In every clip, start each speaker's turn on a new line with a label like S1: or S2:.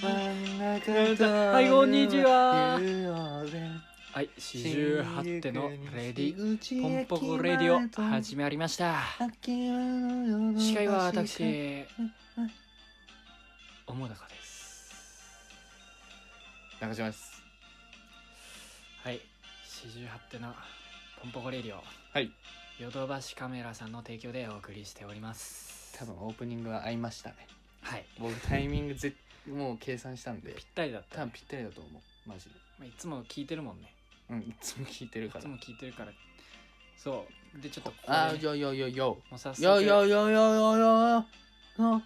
S1: はいこんにちは
S2: はい四十八手のレディポンポコレディオ始まりました司会は私桃高です
S1: 中島です
S2: はい四十八手のポンポコレディオ
S1: はい
S2: ヨドバシカメラさんの提供でお送りしております
S1: 多分オープニングは合いましたね
S2: はい
S1: 僕タイミングぜもう計算したんで
S2: ぴったりだった、
S1: 多分ぴったりだと思うマジで
S2: まあ、いつも聞いてるもんね
S1: うんいつも聞いてる
S2: い
S1: か
S2: つ
S1: ら
S2: も聞いてるからそうでちょっとここでね
S1: あよよよよ
S2: もう早速
S1: よよよよよよよ
S2: よ
S1: 今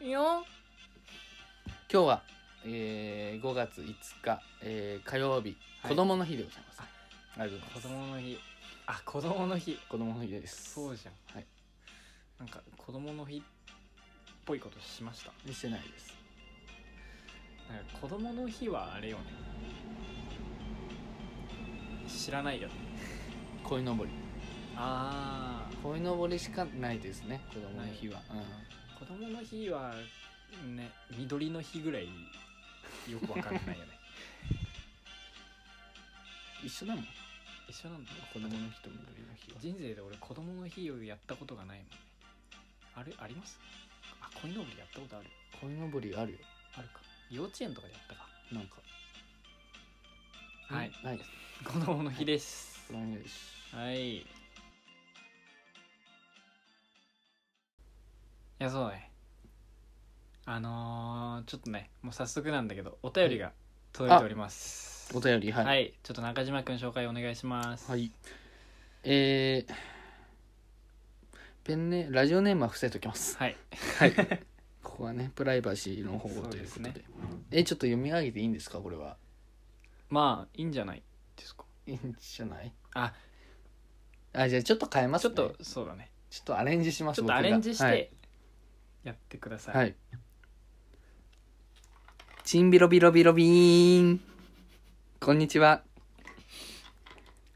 S1: 日は、えー、5月5日、えー、火曜日、
S2: はい
S1: 子供の日でございます。
S2: あ
S1: ありがとうご
S2: 子
S1: ざいます。
S2: 供の日あ子供の日
S1: 子供の日です。
S2: そうじゃん
S1: はい
S2: なんか子供の日っぽいことしました
S1: してないです。
S2: なんか子供の日はあれよね知らないよね
S1: 鯉のぼり。
S2: ああ
S1: 鯉のぼりしかないですね。子供の日は。うん
S2: 子供の日はね緑の日ぐらいよくわかん ないよね
S1: 一緒だもん。
S2: 一緒なんだ
S1: 子供の日と緑の日は。
S2: 人生で俺子供の日をやったことがないもんねあれありますあ鯉のぼりやったことある
S1: 鯉のぼりあるよ。
S2: あるか幼稚園とかでやったか
S1: なんか。
S2: はい
S1: うんない。
S2: 子供の日で す
S1: 子供の日です。
S2: はいいやそうねあのー、ちょっとねもう早速なんだけどお便りが届いております
S1: お便り、
S2: はい、
S1: はい。
S2: ちょっと中島くん紹介お願いします
S1: はい。えー、ペンネ、ラジオネームは伏せときます。
S2: はい
S1: はい。ここはね、プライバシーの保護というこ
S2: そ
S1: と
S2: う
S1: で。
S2: です
S1: え、ちょっと読み上げていいんですか、これは。
S2: まあいいんじゃないですか
S1: いいんじゃない
S2: あ
S1: あ、じゃあちょっと変えます、
S2: ちょ
S1: ね。
S2: っと、そうだね
S1: ちょっとアレンジします、
S2: ちょ
S1: 僕
S2: っと
S1: が
S2: アレンジし
S1: はい
S2: て。やってください、
S1: はいチンビロビロビロビーン。こんにちは。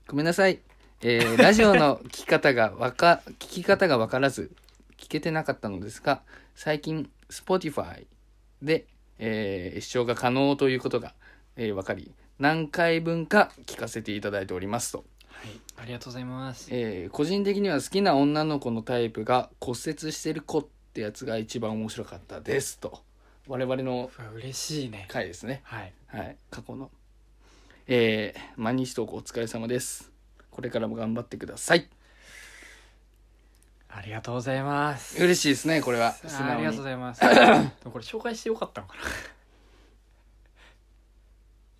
S1: ごめんなさい。えー ラジオの聞き方がわか、聞き方がわからず、聞けてなかったのですが、最近、Spotify で、えー視聴が可能ということが、えー、分かり、何回分か聞かせていただいておりますと。
S2: はい、ありがとうございます
S1: えー個人的には好きな女の子のタイプが骨折してる子ってやつが一番面白かったですと我々の
S2: うわ嬉しいね
S1: 回ですね
S2: はい
S1: はい過去のえー毎日投稿お疲れ様ですこれからも頑張ってください
S2: ありがとうございます
S1: 嬉しいですねこれは
S2: あ
S1: 素
S2: ーあり
S1: 直
S2: がとう
S1: に
S2: ございます でもこれ紹介してよかったのかな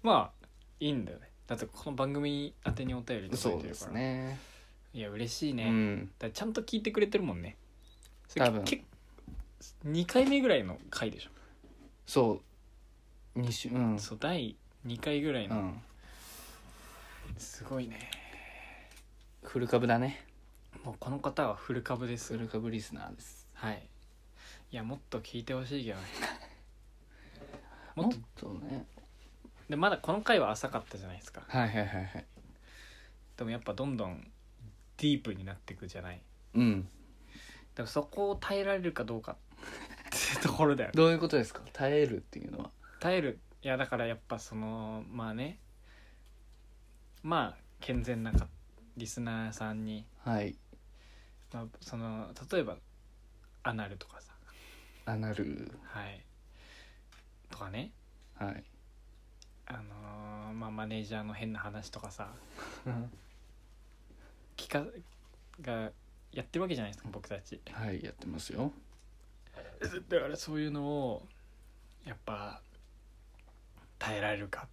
S2: まあいいんだよねだってこの番組宛てにお便り
S1: そ
S2: 届いうて
S1: で
S2: るか
S1: す
S2: ら、
S1: ね
S2: いや嬉しいうね、だ
S1: ん
S2: からちゃんと聞いてくれてるもんねそれ
S1: 多分
S2: け2回目ぐらいの回でしょ、
S1: そう2週うん
S2: そう第2回ぐらいうの、
S1: ん
S2: すごいね
S1: フル株だね
S2: もうこの方はフル株です
S1: フル株リスナーです
S2: はいいやもっと聞いてほしいけど ねも
S1: も
S2: っ
S1: っ
S2: と
S1: とね
S2: でまだこの回は浅かったじゃないですか
S1: はいはいはいはい
S2: でもやっぱどんどんディープになっていくじゃない
S1: うん
S2: でもそこを耐えられるかどうかってところだよね
S1: どういうことですか耐えるっていうのは
S2: 耐えるいやだからやっぱそのまあねまあ健全なかリスナーさんに、
S1: はい
S2: まあ、その例えばアナルとかさ
S1: アナル
S2: はいとかね
S1: はい
S2: あのーまあマネージャーの変な話とかさ聞かがやってるわけじゃないですか僕たち
S1: はいやってますよ
S2: だからそういうのをやっぱ耐えられるか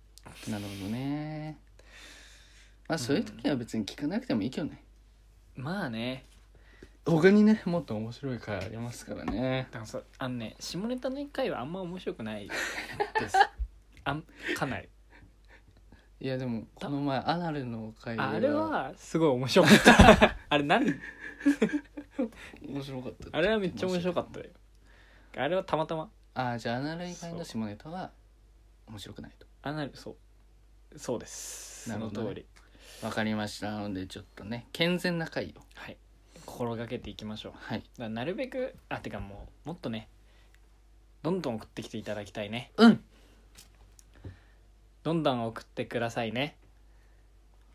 S1: なるほどねまあそういう時は別に聞かなくてもいいけどね、
S2: まあね
S1: 他にねもっと面白い回ありますからね
S2: だからそあのね下ネタの一回はあんま面白くな いですあんかなり
S1: いやでもこの前アナルの回
S2: あれはすごい面白かった あれなん
S1: 面白かった
S2: あれはめっちゃ面白かったよあれはたまたま
S1: ああじゃあアナル以外の下ネタは面白くないと
S2: あなるそうそうです
S1: な
S2: そ
S1: る
S2: の
S1: ほどね
S2: 通り
S1: わかりましたなのでちょっとね健全な回を
S2: はい心がけていきましょうだか
S1: はい
S2: らなるべくあてかもうもっとねどんどん送ってきていただきたいね
S1: うん
S2: どんどん送ってくださいね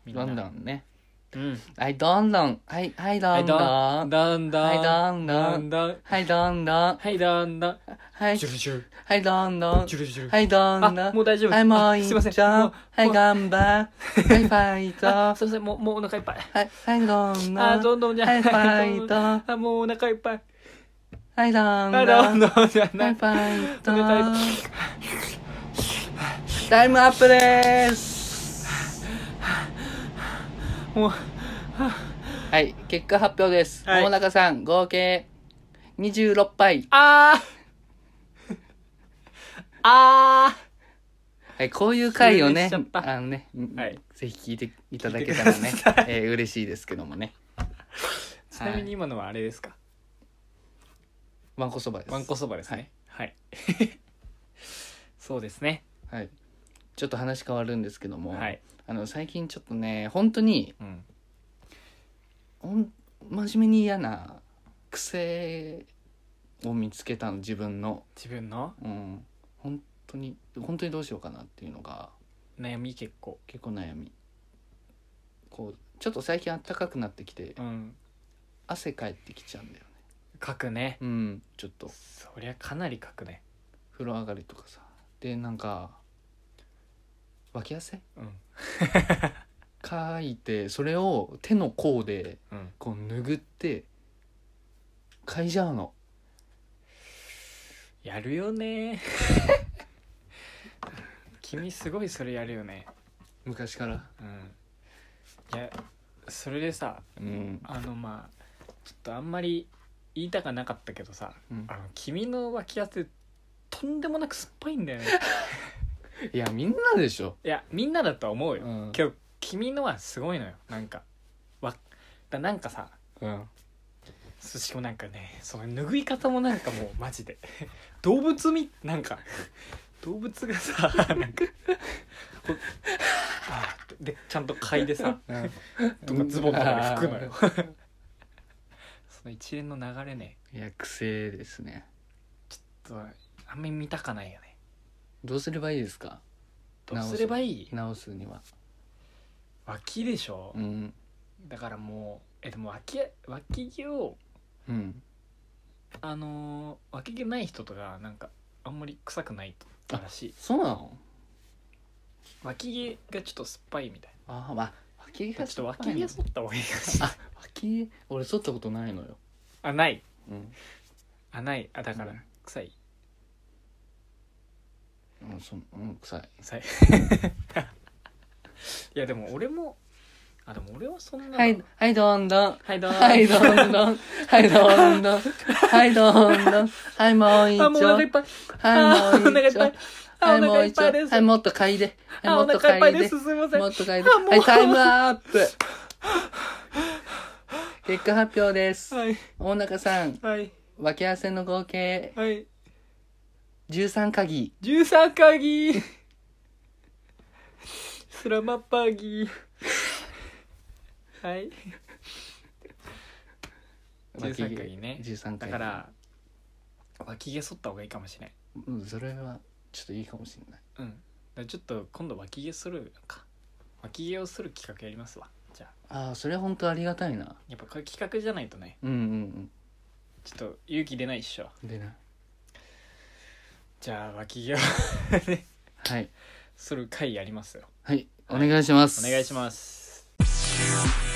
S2: み
S1: どんどんね
S2: うん
S1: はいどんどんはいはいど
S2: はい
S1: んどん
S2: どんどんどん
S1: はいどんど
S2: ど
S1: ん
S2: んどん
S1: はいどんどん
S2: はいどんどん
S1: はい
S2: ジュルジュル
S1: はいどんどん
S2: ジュルジュル
S1: はいどんどん
S2: あもう大丈夫
S1: はいもうい
S2: あ
S1: い
S2: すいません
S1: じゃん
S2: もう
S1: はい
S2: もう
S1: 頑 張れはいファイト
S2: あ
S1: は
S2: すいませんもうもうお腹いっぱい
S1: いはいどんどん
S2: あどんどんじゃ
S1: はいフ
S2: ない
S1: ァイトは
S2: あもうお腹いっぱい
S1: いどんど
S2: あ
S1: ん
S2: どんどんじゃ
S1: は
S2: ないい
S1: ファイト
S2: お腹いっぱ
S1: タイムアップです
S2: もう
S1: はい結果発表です
S2: はい
S1: 桃中さん合計26杯
S2: あーあ
S1: はい、こういう回を
S2: 終了
S1: ね
S2: しちゃっ、た
S1: あのね、
S2: はい
S1: ぜひ聞いていただけたらね
S2: 聞いてくださ、
S1: えー嬉しいですけどもね。
S2: ーちなみに今のはあれですか
S1: わんこそばです。
S2: わんこそばですねはい そうですね
S1: はい。ちょっと話変わるんですけども、
S2: はい
S1: あの最近ちょっとね、本当に、
S2: うん
S1: ほん真面目に嫌な癖を見つけたの、自分の。
S2: 自分の
S1: うん。本当に、本当にどうしようかなっていうのが、
S2: 悩み結構
S1: 結構悩み。こう、ちょっと最近暖かくなってきて
S2: う、ん
S1: 汗かいてきちゃうんだよね。
S2: 書くね
S1: うん、ちょっと。
S2: そりゃかなり書くね
S1: 風呂上がりとかさでなんか脇汗
S2: うん
S1: かいてそれを手の甲で
S2: うん
S1: こう拭って嗅いじゃうの
S2: やるよね君すごいそれやるよね
S1: 昔から
S2: うんいやそれでさ
S1: うん、
S2: あのまあちょっとあんまり言いたかなかったけどさ
S1: うん
S2: あの君の脇汗とんでもなく酸っぱいんだよね
S1: いやみんなでしょ、
S2: いやみんなだとは思う
S1: う
S2: よ、
S1: ん
S2: けど君のはすごいのよなんかわだなんかさ
S1: うん、
S2: そしかもなんかねその拭い方もなんかもうマジで 動物みなんか動物がさなんかこうあーでちゃんと嗅いでさなんかズ ボンとかで拭くのよその一連の流れね
S1: いや癖ですね
S2: そうあんまり見たかないよね
S1: どうすればいいですか
S2: どうすればいい
S1: 直すには
S2: 脇でしょ、
S1: うん
S2: だからもうえでも脇脇毛を
S1: うん
S2: あのー脇毛ない人とかなんかあんまり臭くないらしい
S1: そうなの
S2: 脇毛がちょっと酸っぱいみたい
S1: あーまあ脇毛
S2: な
S1: が
S2: ちょ
S1: 酸
S2: っと
S1: っぱ
S2: 脇
S1: いの
S2: 毛剃った方がいいかもしれない
S1: あ脇毛俺剃ったことないのよ、
S2: あない
S1: うん
S2: あないあだから
S1: うん
S2: 臭い
S1: うん、そうん臭い
S2: 臭い いやでも俺もあでも俺はそんな
S1: はい、はい、どんどん。
S2: はいどう
S1: はい、どんどん。はい、どんどん。はい、どんどん。はい、もう一
S2: あもうお
S1: 丁
S2: 腹い。っぱいあ
S1: はい、
S2: ー
S1: も
S2: お
S1: う
S2: 腹い
S1: 一
S2: っぱ
S1: 丁
S2: い。あ
S1: はい、
S2: お
S1: もう
S2: 腹いっ
S1: 一丁。
S2: ぱいです
S1: はい、もっと嗅いで。はい、
S2: あ
S1: も
S2: お
S1: っと
S2: 腹いっぱ
S1: 嗅
S2: い
S1: い
S2: で
S1: で。
S2: すすいません
S1: もっと嗅いで。
S2: あもう
S1: はい、タイムアップ。結果発表です。
S2: はい
S1: 大中さん、
S2: はい
S1: 脇汗の合計
S2: はい
S1: 13鍵。
S2: 13鍵 スラマッパーギはい13鍵ね
S1: 13鍵。
S2: だか、ら脇毛剃った方がいいかもしれない
S1: うん、それはちょっといいかもしれない。
S2: うんだからちょっと今度脇毛剃るか脇毛を剃る企画やりますわじゃあ
S1: ああ、それは本当ありがたいな。
S2: やっぱこれ企画じゃないとね
S1: うんうん
S2: ちょっと勇気出ないっしょ
S1: うん。でな。
S2: じゃあ脇毛を
S1: はい。
S2: 剃る回やりますよ
S1: はい、お願いします。
S2: お願いします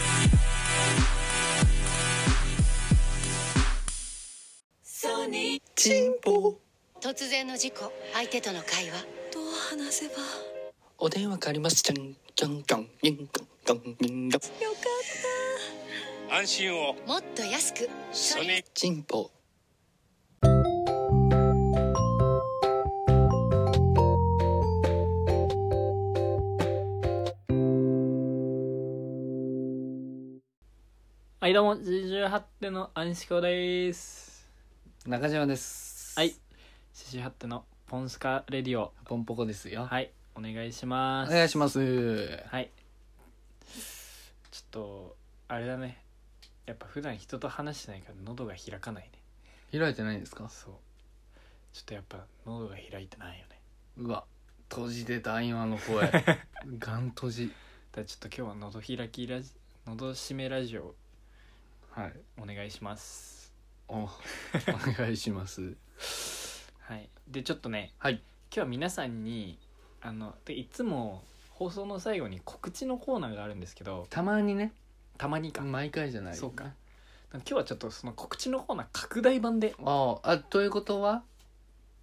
S1: チンポ
S3: 突然の事故相手との会話
S4: どう話せばよ
S1: お電話かりますちゃんちゃんちゃんにんかんにんが
S4: かった
S5: 安心を
S3: もっと安く
S5: ソニー
S1: チンポ
S2: はいどうも48手の安志向です
S1: 中島です
S2: はい48手のポンスカレディオ
S1: ポンポコですよ、
S2: はいお願いします
S1: お願いします
S2: はいちょっとあれだねやっぱ普段人と話してないから喉が開かないね
S1: 開いてないんですか
S2: そうちちょっとやっぱ喉が開いてないよね
S1: うわ閉じてた今の 声ガン閉じ
S2: だからちょっと今日は喉開きラジ喉締めラジオ
S1: はい
S2: お願いします
S1: おお願いします
S2: はいでちょっとね、
S1: はい
S2: 今日は皆さんにあのでいつも放送の最後に告知のコーナーがあるんですけど
S1: たまにね
S2: たまにか、
S1: 毎回じゃない
S2: そうか今日はちょっとその告知のコーナー拡大版で
S1: あああということは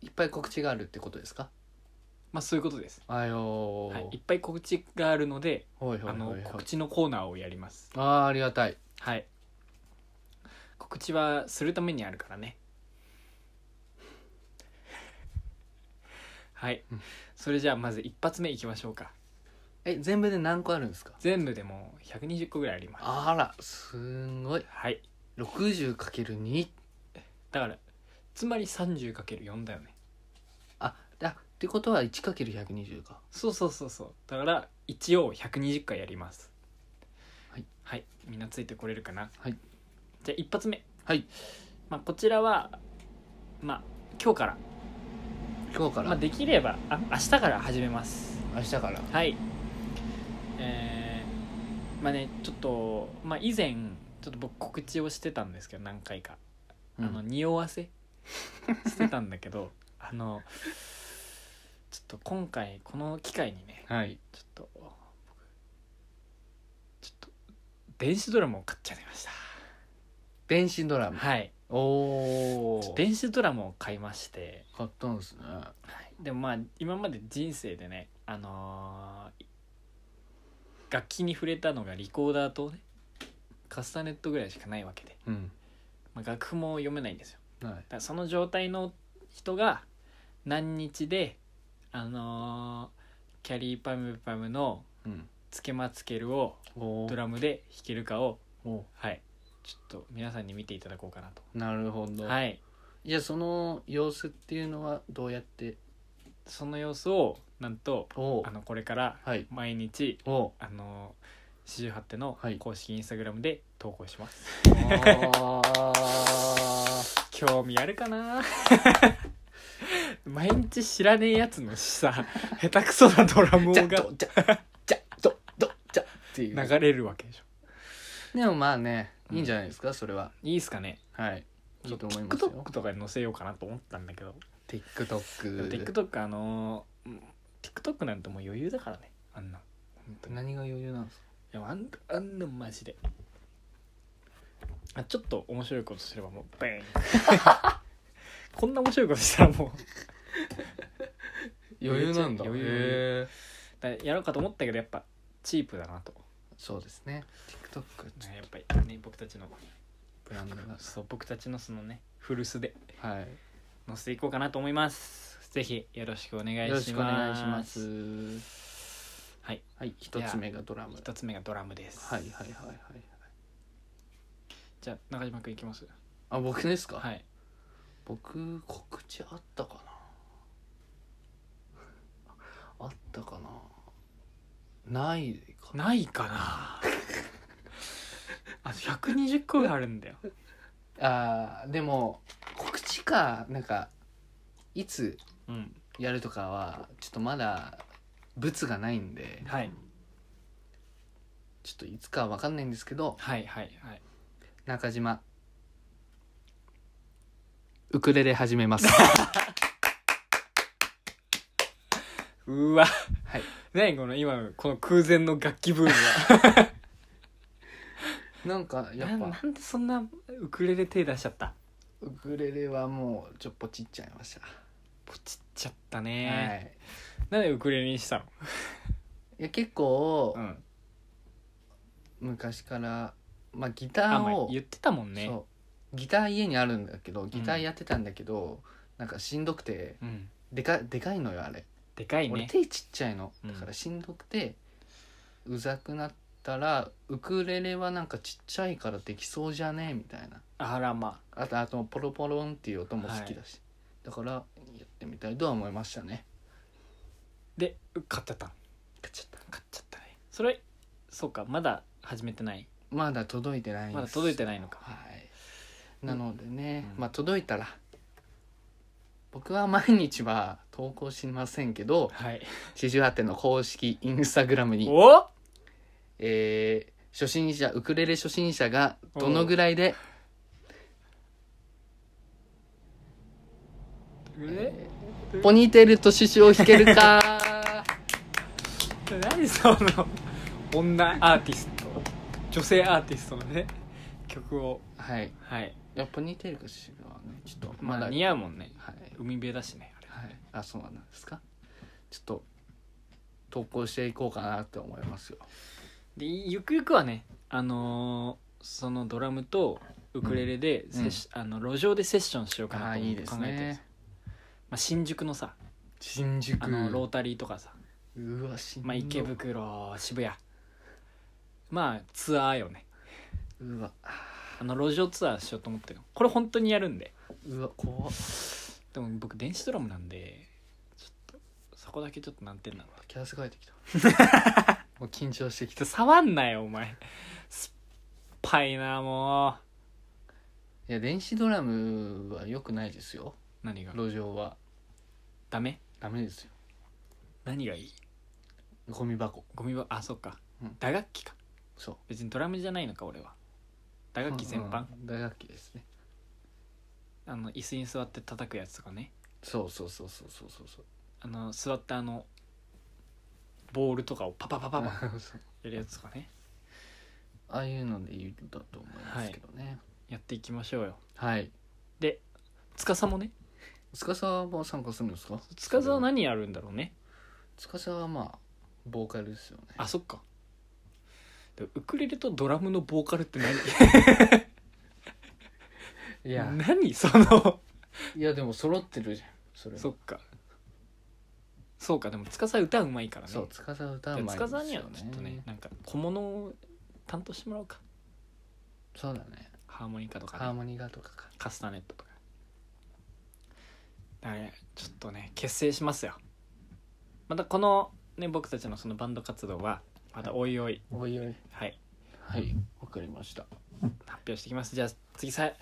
S1: いっぱい告知があるってことですか
S2: まあそういうことです、
S1: あよー
S2: はい、いっぱい告知があるので
S1: ほいほい
S2: あ
S1: ほ
S2: の
S1: いほ
S2: 告
S1: い
S2: 知のコーナーをやります
S1: ああありがたい
S2: はい告知はするためにあるからね はい
S1: うん
S2: それじゃあまず一発目いきましょうか
S1: え全部で何個あるんですか
S2: 全部でもう120個ぐらいあります
S1: あらすんごい
S2: はい
S1: 60×2
S2: だからつまり 30×4 だよね
S1: ああってことは 1×120 か
S2: そうそうそうそうだから一応120回やります
S1: はい、
S2: はい、みんなついてこれるかな
S1: はい
S2: じゃあ一発目
S1: はい
S2: まあこちらはまあ今日から
S1: 今日から、
S2: まあ、できればあ明日から始めます
S1: 明日から
S2: はいえー、まあねちょっと、まあ、以前ちょっと僕告知をしてたんですけど何回か
S1: う
S2: あ
S1: ん
S2: の匂わせしてたんだけど あのちょっと今回この機会にね
S1: はい
S2: ちょっと僕ちょっと電子ドラマを買っちゃいました
S1: 電子ドラマ
S2: はい
S1: お
S2: ちょっと
S1: お
S2: 電子ドラマを買いまして
S1: 買ったんですね
S2: でもまあ今まで人生でね、あのー楽器に触れたのがリコーダーとねカスタネットぐらいしかないわけで、
S1: うん
S2: まあ、楽譜も読めないんですよ
S1: はい
S2: だからその状態の人が何日であのーキャリーパムパムの
S1: うん
S2: 「つけまつける」を
S1: お
S2: ド
S1: ー
S2: ラムで弾けるかを
S1: お
S2: はいちょっと皆さんに見ていただこうかなと
S1: なるほど、
S2: はい
S1: い、じゃあその様子っていうのはどうやって
S2: その様子をなんと
S1: お
S2: あのこれから
S1: はい
S2: 毎日
S1: おお
S2: あの四十八手の
S1: はい
S2: 公式インスタグラムで投稿します、
S1: ー
S2: 興味あるかな 毎日知らねえやつのさ下手くそな ドラム
S1: じゃ
S2: が
S1: どじゃじゃどどじゃっていう
S2: 流れるわけでしょ
S1: でもまあねいいんじゃないですか、それはい
S2: いですかね
S1: はいいいと思いますよ
S2: TikTok とかに載せようかなと思ったんだけど
S1: TikTok,
S2: TikTok あのーうん TikTok なんてもう余裕だからねあんな本当にい
S1: 何が余裕なんですか
S2: やあんあんなマジであちょっと面白いことすればもうバーン こんな面白いことしたらもう余裕なんだ
S1: 余裕
S2: へ
S1: 余裕
S2: だやろうかと思ったけどやっぱチープだなと、
S1: そうですね TikTok ちょ
S2: ねやっぱりね僕たちの
S1: ブランドが
S2: そう僕たちのそのね古巣で
S1: はい
S2: 載せていこうかなと思いますぜひよろしくお願いします
S1: よろしくお願いします。
S2: はい
S1: はい、一つ目がドラム。
S2: 一つ目がドラムです
S1: はいはいはいはいはい。
S2: じゃあ中島くんいきます
S1: あ、僕ですか。
S2: はい
S1: 僕告知あったかな。あったかな。ないかな。
S2: ない かなあと120個ぐらいあるんだよ
S1: あー、でも告知かなんかいつ
S2: うん
S1: やるとかはちょっとまだ物がないんで、
S2: はい
S1: ちょっといつかはわかんないんですけど、
S2: はいはいはい
S1: 中島ウクレレ始めます。
S2: うわ
S1: はい。
S2: 何この今のこの空前の楽器ブームは
S1: なんかやっ
S2: なん
S1: ぱ。
S2: なんでそんなウクレレ手出しちゃった
S1: ウクレレはもうちょっぽちっちゃいました、
S2: ポチっちゃったね、
S1: はい
S2: なんでウクレレにしたの
S1: いや結構
S2: ん
S1: 昔から、まあ、ギ
S2: あ
S1: タ
S2: ま
S1: ー
S2: あ
S1: を、
S2: 言ってたもんね
S1: そうギター家にあるんだけどギターやってたんだけど、なんかしんどくて
S2: うん
S1: でかでかいのよあれ
S2: でかい
S1: 俺
S2: ね
S1: 手ちっちゃいの
S2: うん
S1: だからしんどくて、うざくなったらウクレレはなんかちっちゃいからできそうじゃねみたいな
S2: あらま
S1: あとあとポロポロンっていう音も好きだし、だからやってみたいとは思いましたね
S2: で買っちゃった
S1: 買っちゃっ
S2: 買っちゃったねそれそうかまだ始めてない
S1: たまだ届いてないんです
S2: まだ届いてないのか
S1: はい。なのでね、
S2: うん
S1: まあ届いたら僕は毎日は投稿しませんけ ど
S2: はい
S1: 四十八手の公式インスタグラムに、
S2: お
S1: えー初心者ウクレレ初心者がどのぐらいで
S2: え
S1: ポニーテールとシュシュを弾ける か
S2: 何その女アーティスト女性アーティストのね曲を
S1: はいい
S2: はい
S1: やポニーテールかシュシュはねちょっとま
S2: ま
S1: だ、
S2: だ似合うもんね
S1: はい、
S2: 海辺だしねあれ
S1: はい、あそうなんですかちょっと投稿していこうかなって思いますよ
S2: でゆくゆくはねあのーそのドラムとウクレレで、セッシあの路上でセッションしようか
S1: あ
S2: な
S1: あ
S2: と
S1: い
S2: 思っ
S1: い
S2: て
S1: で
S2: 考
S1: す
S2: えてるんで
S1: ね
S2: すよまあ、新宿のさ
S1: 新宿
S2: あのロータリーとかさ、
S1: うわ新宿、
S2: まあ、池袋渋谷まあツアーよね
S1: うわあ
S2: あの路上ツアーしようと思ってるこれ本当にやるんで
S1: うわ怖っ
S2: でも僕電子ドラムなんでちょっとそこだけちょっと難点なんだ
S1: 気汗かいてきた もう緊張してき
S2: ち
S1: た
S2: ょっと触んなよお前酸っぱいなも
S1: いや電子ドラムは良くないですよ
S2: う何が
S1: 路上は
S2: ダメ
S1: ダメですよ
S2: 何がいい
S1: ゴミ箱
S2: ゴミ箱あそっか、
S1: うん
S2: 打楽器か
S1: そう
S2: 別にドラムじゃないのか俺は打楽器全般、
S1: うん打楽器ですね
S2: あの椅子に座って叩くやつとかね
S1: そうそうそうそうそうそうそう
S2: あの座ってあのボールとかをパパ パパパや
S1: そう
S2: るやつとかね
S1: ああいうのでいいんだと思いますけどね
S2: やっていきましょうよ
S1: はい
S2: で司もね
S1: 司も参加するんですか
S2: 司は何やるんだろうね
S1: 司はまあボーカルですよね
S2: あそっかでウクレレとドラムのボーカルって何
S1: い
S2: 何その
S1: いやでも揃ってるじゃんそれは
S2: そっかそうかでも司は歌うまいからね
S1: そう司は歌う
S2: じゃあ
S1: まいん
S2: 司
S1: です
S2: には
S1: よ
S2: ちょっとね
S1: ね
S2: なんか小物を担当してもらおうか
S1: そうだね
S2: ハーモニカとかね、
S1: ハーモニカとかか
S2: カスタネットとかだからねちょっとね結成しますよまたこのね僕たちのそのバンド活動はまたおいおい
S1: おいおい
S2: はい
S1: はいわかりました
S2: 発表していきますじゃあ次さえ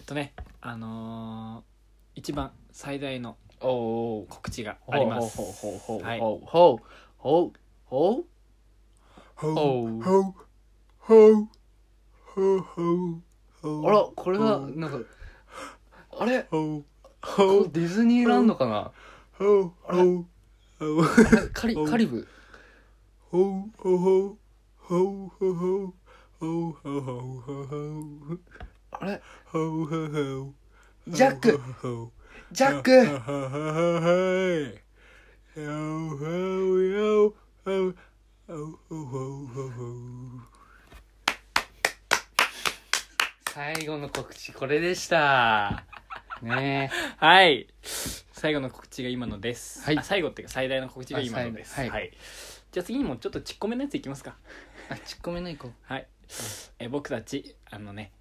S2: っとねあのー一番最大の
S1: おお
S2: 告知があ
S1: あ
S2: り
S1: り
S2: ま
S1: ますすほうほう
S2: はい
S1: ほうほうほうほう
S2: ほう
S1: ほう
S2: ほうほうほうほう
S1: あらこれはなんかあれ
S2: ほう
S1: こ
S2: ほ
S1: れディズニーランドかな
S2: ほう
S1: ほう
S2: ほう
S1: あれカリ
S2: ほう
S1: カリブ
S2: ほうほうほうほうほうほうほうほうほう
S1: あれ
S2: ほうほうほう
S1: ジャック
S2: ほうほう
S1: ジャッ
S2: ほう
S1: ク
S2: ほうほうほうほうほうほうほうほうほう
S1: 最後の告知これでしたねえ
S2: はい最後の告知が今のです、
S1: はい
S2: あ最後っていうか最大の告知が今のです
S1: あ最大はい
S2: じゃあ次にもちょっとちっこめのやついきますか
S1: あちっこめないこう
S2: はいえ僕たちあのね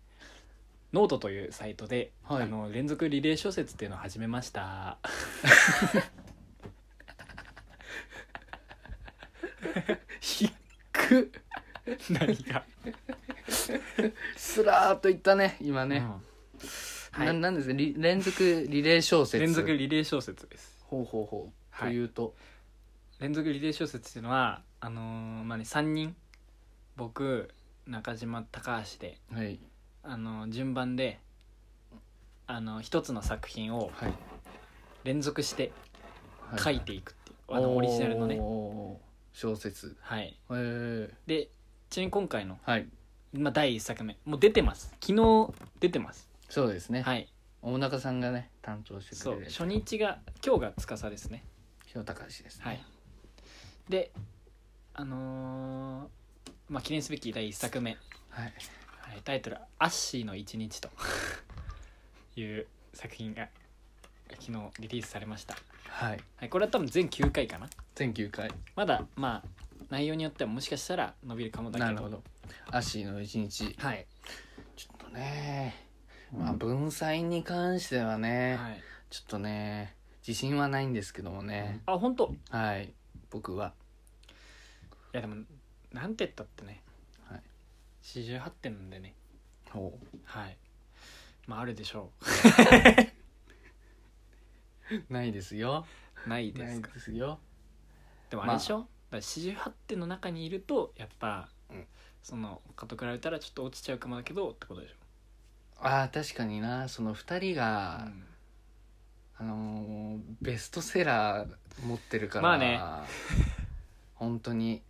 S2: ノートというサイトで、
S1: はい
S2: あの連続リレー小説っていうのを始めました
S1: ひっく
S2: 何が
S1: すらーっと言ったね今ね、
S2: はい
S1: ななんですねリ連続リレー小説
S2: 連続リレー小説です
S1: ほうほうほう、
S2: はい
S1: というと
S2: 連続リレー小説っていうのはあのーまあね3人僕中島高橋で
S1: はい
S2: あのー順番であのー一つの作品を
S1: はい、
S2: 連続して
S1: はい、
S2: 書いていくっていう、あのオリジナルのね
S1: おー小説
S2: はい
S1: へえ
S2: でちなみに今回の、
S1: はい
S2: まあ、第1作目もう出てます昨日出てます
S1: そうですね、
S2: はい
S1: 大中さんがね担当して
S2: そ
S1: く
S2: う
S1: れる
S2: 初日が今日が司ですね
S1: 日高橋ですね
S2: はいであのーまあ記念すべき第1作目、
S1: はい、
S2: はい、タイトル「アッシーの一日」と いう作品が昨日リリースされました、
S1: はい、
S2: はい、これは多分全9回かな
S1: 全9回
S2: まだまあ内容によってはもしかしたら伸びるかもだけど
S1: なるほどアッシーの一日
S2: はい、
S1: ちょっとねまあ文才に関してはね、
S2: はい、
S1: ちょっとね自信はないんですけどもね、
S2: あ本当い
S1: はい僕は
S2: やでもなんて言ったってね、
S1: はい、
S2: 48点なんでね
S1: ほう
S2: はいまああるでしょう
S1: ないですよ
S2: ないで
S1: な
S2: す
S1: い
S2: か
S1: ですよ
S2: でもあれでしょ、だから四十八点の中にいるとやっぱ、
S1: うん
S2: その他と比べたらちょっと落ちちゃうかもだけどってことでしょ、
S1: あー確かになその2人が、あのーベストセラー持ってるから
S2: まあね
S1: 本当に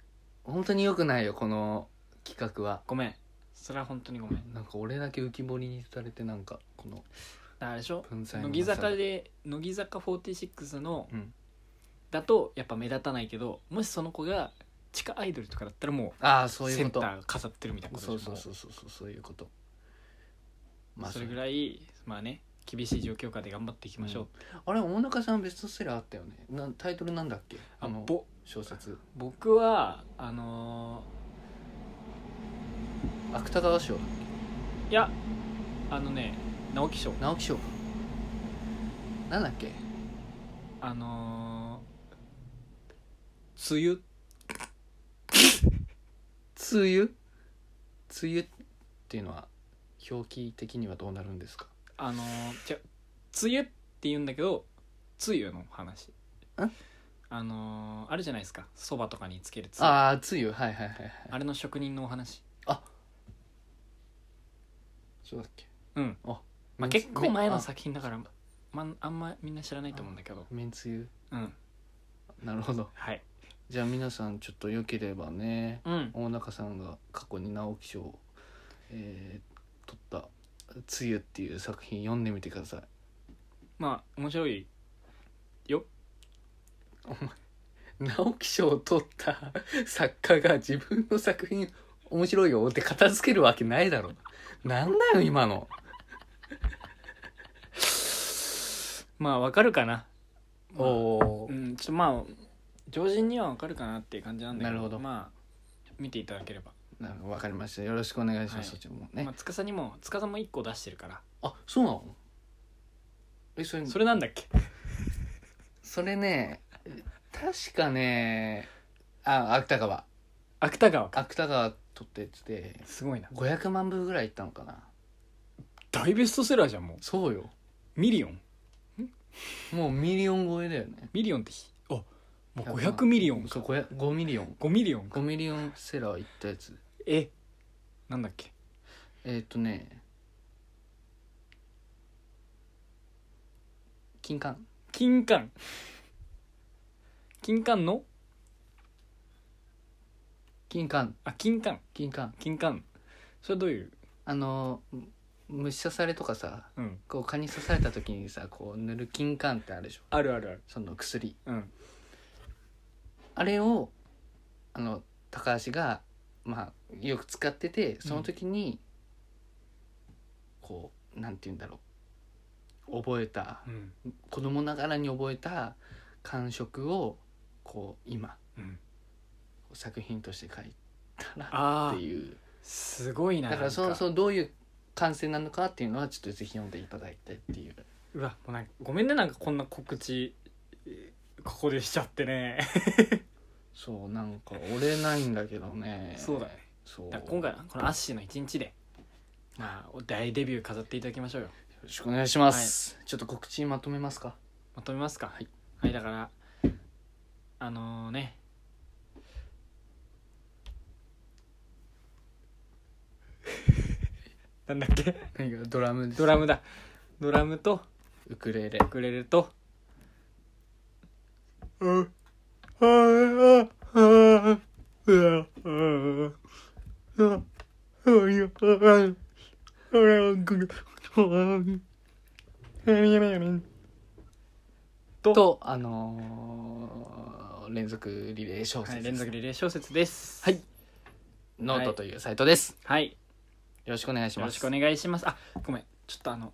S1: 本当によくないよこの企画は
S2: ごめんそれは本当にごめんだか
S1: なんか俺だけ浮き彫りにされてなんかこの
S2: らあれでしょ
S1: 文才の
S2: 乃
S1: な
S2: 木
S1: さ
S2: 坂で乃木坂46の、
S1: うん
S2: だとやっぱ目立たないけどもしその子が地下アイドルとかだったらも
S1: ああ
S2: う
S1: そうい
S2: セ
S1: う
S2: ン
S1: こ
S2: タ
S1: と
S2: ー飾ってるみたいなこと
S1: そう
S2: でし
S1: そ
S2: ょ
S1: うそうそうそうそういうことまあ
S2: そ
S1: そ
S2: れ
S1: れ
S2: ぐらいまあね厳しい状況下で頑張っていきましょう、
S1: うんあれ大中さんベストセラーあったよねなタイトルなんだっけ
S2: あ
S1: あの
S2: ぼ
S1: 小説
S2: 僕はあの
S1: 芥川賞
S2: ーいやあのね直木賞
S1: 直木賞かなんだっけ
S2: あのー梅雨
S1: 梅雨梅雨っていうのは表記的にはどうなるんですか
S2: あのー、違う梅雨って言うんだけど梅雨の話あのー、あるじゃないですかそばとかにつける梅雨あ
S1: ああ梅雨はいはいはいはい
S2: れの職人のお話
S1: そうだっけ
S2: うん
S1: あ
S2: まあ結構前の作品だからまんあんまみんな知らないと思うんだけど
S1: めんつゆ
S2: うん
S1: なるほど
S2: はい
S1: じゃあ皆さんちょっとよければね
S2: うん
S1: 大中さんが過去に直木賞を、えー、取った「梅雨」っていう作品読んでみてください
S2: まあ面白い
S1: 直木賞を取った 作家が自分の作品面白いよって片付けるわけないだろなんだよ今の
S2: まあわかるかな
S1: お
S2: う、んちょっとまあ常人にはわかるかなっていう感じなんだけど
S1: なるほど
S2: まあ見ていただければ、
S1: なんかわかりましたよろしくお願いします、
S2: はい
S1: そっちもね
S2: まあ司にも司も1個出してるから
S1: あそうなのえそれ
S2: そ
S1: それ
S2: れなんだっけ
S1: ね確かねあ芥川
S2: 芥川か
S1: 芥川取ってって
S2: すごいな
S1: 500万部ぐらいいったのかな
S2: 大ベストセラーじゃんも
S1: そうよ
S2: うミリオン
S1: もうミリオン超えだよね
S2: ミリオンってひあもう
S1: 100
S2: 500ミリオン
S1: そ
S2: か
S1: う 5, 5ミリオン
S2: 5ミリオンか
S1: 5ミリオンセラーいったやつ
S2: えなんだっけ
S1: えーっ、とね金冠
S2: 金冠金冠の
S1: 金冠
S2: あ金冠
S1: 金冠
S2: 金冠それはどういう
S1: あのむ虫刺されとかさ
S2: うん
S1: こう蚊に刺された時にさこう塗る金冠ってあるでしょ
S2: あるあるある
S1: その薬
S2: うん
S1: あれをあの高橋が、まあ、よく使っててその時に、こうなんて言うんだろう覚えた
S2: うん
S1: 子供ながらに覚えた感触をこう今
S2: うん
S1: 作品として書いたらっ
S2: あ
S1: て
S2: あ
S1: いう
S2: すごいな
S1: だからそ
S2: な
S1: の
S2: ん
S1: そのどういう感性なのかっていうのはちょっとぜひ読んでいただいてっていう
S2: うわもうなんかごめんねなんかこんな告知えーここでしちゃってね
S1: そうなんか折れないんだけどね
S2: そうだね
S1: そう
S2: だから今回
S1: よ
S2: はこのアッシーの一日でまあお大デビュー飾っていただきましょうよ
S1: ろしくお願いします、ちょっと告知まとめますか
S2: まとめますか
S1: はい、
S2: はい、だからあのね なんだっけ
S1: 何がドラムです
S2: ドラムだドラムと
S1: ウクレレ
S2: ウクレレとうんと、
S1: とあのー連続リレー小
S2: は
S1: 説
S2: い、
S1: で
S2: 連
S1: す、
S2: 続リレー小説です
S1: はいノートというサイトです、
S2: はい
S1: よろしくお願いし
S2: よ
S1: ま
S2: ろし
S1: す
S2: くお願いしますあごめんちょっとあの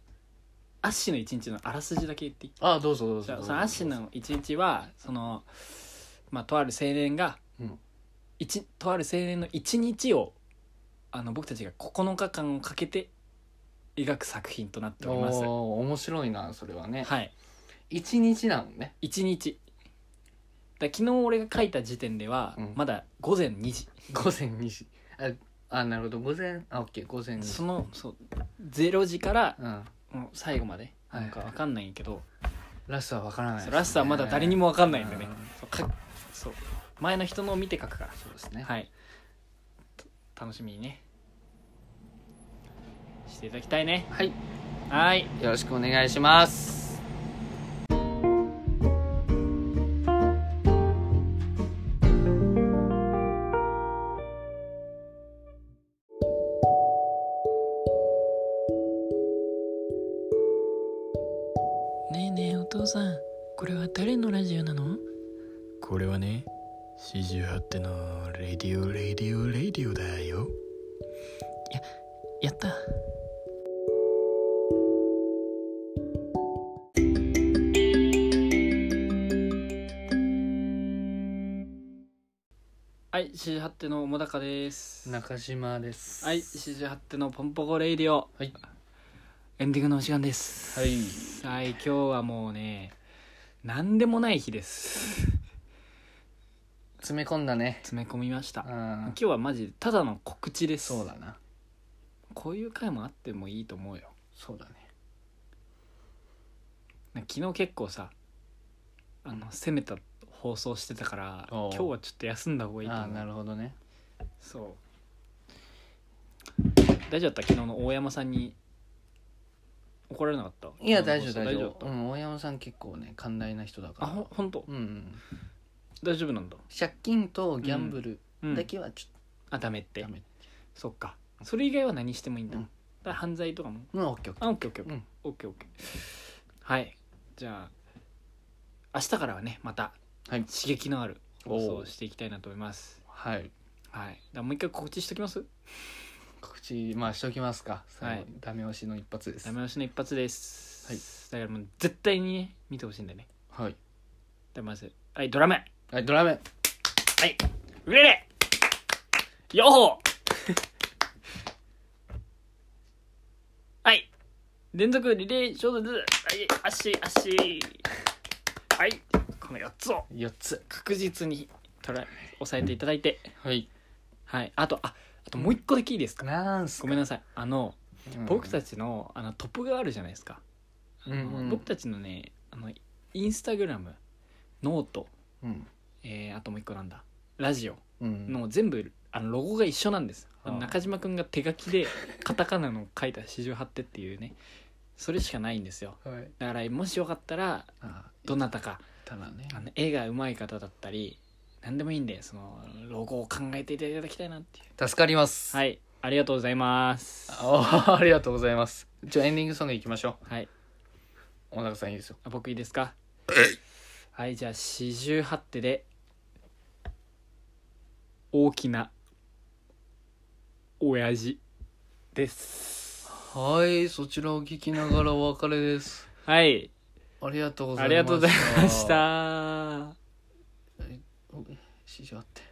S2: アッシーの一日のあらすじだけ言っていい
S1: あどうぞどうぞ
S2: じ
S1: どう
S2: ゃあ
S1: ぞ
S2: そのアッシーの一日はそのまあとある青年が、
S1: うん
S2: 一とある青年の一日をあの僕たちが9日間をかけて描く作品となっておりますは
S1: おー面白いなそれはね
S2: い
S1: 一日なのね
S2: 一日だ昨日俺が書いた時点では、
S1: うん
S2: まだ午前2時
S1: 午前2時ああなるほど午前あオッケー午前2時
S2: そのそう0時から
S1: うん
S2: もう最後まで
S1: はい
S2: なんかわかんないけど、
S1: ラスはわからないですね、
S2: ラストはまだ誰にも分かんないんでね
S1: うん
S2: そうかそう前の人のを見て書くから
S1: そうですね、
S2: はいと楽しみにねしていただきたいね
S1: はい、
S2: はい
S1: よろしくお願いします
S6: ねえねえお父さんこれは誰のラジオなの
S7: これはね48のレディオレディオレディオだよ
S6: やった
S2: はい四十八手のもだかですは
S1: 中島です
S2: い四十八手のポンポコレイディオ
S1: はい
S2: エンディングのお時間です
S1: はい
S2: はい今日はもうね何でもない日です
S1: 詰め込んだね
S2: 詰め込みました
S1: うん
S2: 今日はマジただの告知です
S1: そうだな
S2: こういう回もあってもいいと思うよ
S1: そうだね
S2: なんか昨日結構さあの攻めた放送してたから
S1: お
S2: 今
S1: う
S2: 日はちょっと休んだ方がいいと
S1: ああ
S2: 思
S1: な
S2: う
S1: るほどね
S2: そう大丈夫だった昨日の大山さんに怒られなかった
S1: いや大丈夫大丈
S2: だっ
S1: 夫
S2: た
S1: うん大山さん結構ね寛大な人だか
S2: あ
S1: ら
S2: ほほんと
S1: うんうん
S2: 大丈夫なんだ、
S1: 借金とギャンブル
S2: うん
S1: だけはちょっ
S2: あダメっ
S1: と
S2: て
S1: ダメ、
S2: そっかそれ以外は何してもいいんだ、
S1: うん
S2: だから犯罪とかも
S1: うん、オッケーオッケ
S2: あオッケーオッケー
S1: うん
S2: オッケーオッケーはいじゃあ明日からはねまた
S1: ーはい
S2: 刺激のある放送をしていきたいなと思います
S1: はい
S2: はいだからもう一回告知しときます
S1: 告知まあしときますか最後に
S2: は
S1: ダメ押しの一発です
S2: ダメ押しの一発です、だからもう絶対にね見てほしいんだよね
S1: はい
S2: でまずはいドラム
S1: はいドラム
S2: ウレレヨッホーはい連続リレーショートズはい足足はいこの4つを
S1: 4つ
S2: 確実にトライ押さえていただいて
S1: はい
S2: はいあとああともう一個だけいいですか
S1: なんす
S2: ごめんなさいあの僕た
S1: ち
S2: ちのあのトップがあるじゃないですか、あの
S1: うんうん
S2: 僕たちのねあのインスタグラムノート、
S1: うん
S2: えーあともう一個なんだラジオ
S1: うん
S2: の全部あのロゴが一緒なんです、
S1: はあ
S2: 中島くんが手書 きでカタカナの書いた四十八手っていうねそれしかないんですよ
S1: はい
S2: だからもしよかったら
S1: あ
S2: どなたか
S1: ただね
S2: あの絵が上手い方だったり何でもいいんでそのロゴを考えていただきたいなっていう
S1: 助かります
S2: はいありがとうございます
S1: あありがとうございますじゃあエンディングソングいきましょ
S2: はい、
S1: う小高さんいいですよ
S2: あ僕いいですかはいじゃあ四十八手で大きな親父です
S1: はいそちらを聞きながらお別れです
S2: はい
S1: ありがとうござ
S2: あ
S1: いました
S2: りがとうございました
S1: 市場って